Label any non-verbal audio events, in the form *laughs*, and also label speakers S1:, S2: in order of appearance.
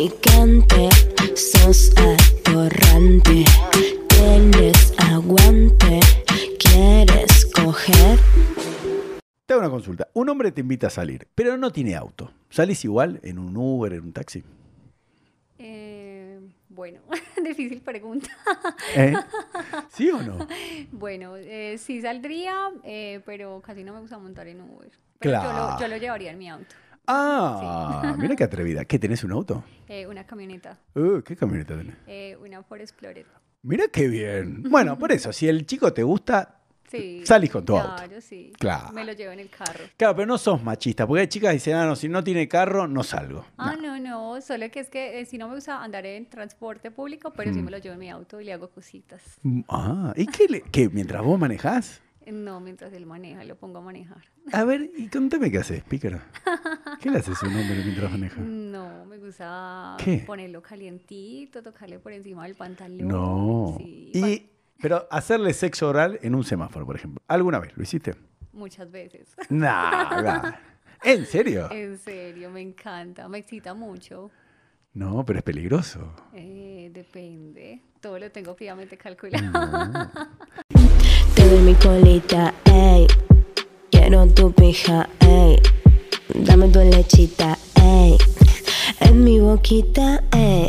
S1: atorrante, sos atorrante. Tienes aguante, quieres coger.
S2: Te hago una consulta. Un hombre te invita a salir, pero no tiene auto. ¿Salís igual en un Uber, en un taxi?
S3: Eh, bueno, *laughs* difícil pregunta. *laughs*
S2: ¿Eh? ¿Sí o no?
S3: Bueno, eh, sí saldría, eh, pero casi no me gusta montar en Uber. Pero yo lo-
S2: Claro.
S3: yo, lo, llevaría en mi auto,
S2: Ah, mira qué atrevida. ¿Qué tenés un auto?
S3: eh, una camioneta,
S2: Uh, ¿Qué camioneta tenés?
S3: eh, una Ford Explorer.
S2: Mira qué bien. Bueno, por eso, si el chico te gusta,
S3: Sí.
S2: Salís con tu
S3: claro,
S2: auto.
S3: sí.
S2: Claro.
S3: Me lo llevo en el carro.
S2: Claro, pero no sos machista, porque hay chicas que dicen, ah, no, si no tiene carro, no salgo.
S3: Ah, no, no, solo que es que eh, si no me gusta andar en transporte público, pero sí me lo llevo en mi auto y le hago cositas. Eh,
S2: Mm, Ah, ¿y qué, le- qué, mientras vos manejás?
S3: No, mientras él maneja, lo pongo a manejar.
S2: A ver, y contame qué haces, pícaro. ¿Qué le haces a un hombre mientras maneja?
S3: No, me gusta
S2: ¿Qué?
S3: ponerlo calientito, tocarle por encima del pantalón.
S2: No.
S3: sí, pa-
S2: Y, pero hacerle sexo oral en un semáforo, por ejemplo. ¿Alguna vez lo hiciste?
S3: muchas veces. *laughs*
S2: Nada. ¿En serio?
S3: En serio, me encanta, me excita mucho.
S2: No, pero es peligroso.
S3: Eh, depende, todo lo tengo fríamente calculado.
S1: Te doy mi colita, ey. Quiero tu pija, ey. Dame tu lechita, ey. En mi boquita, ey.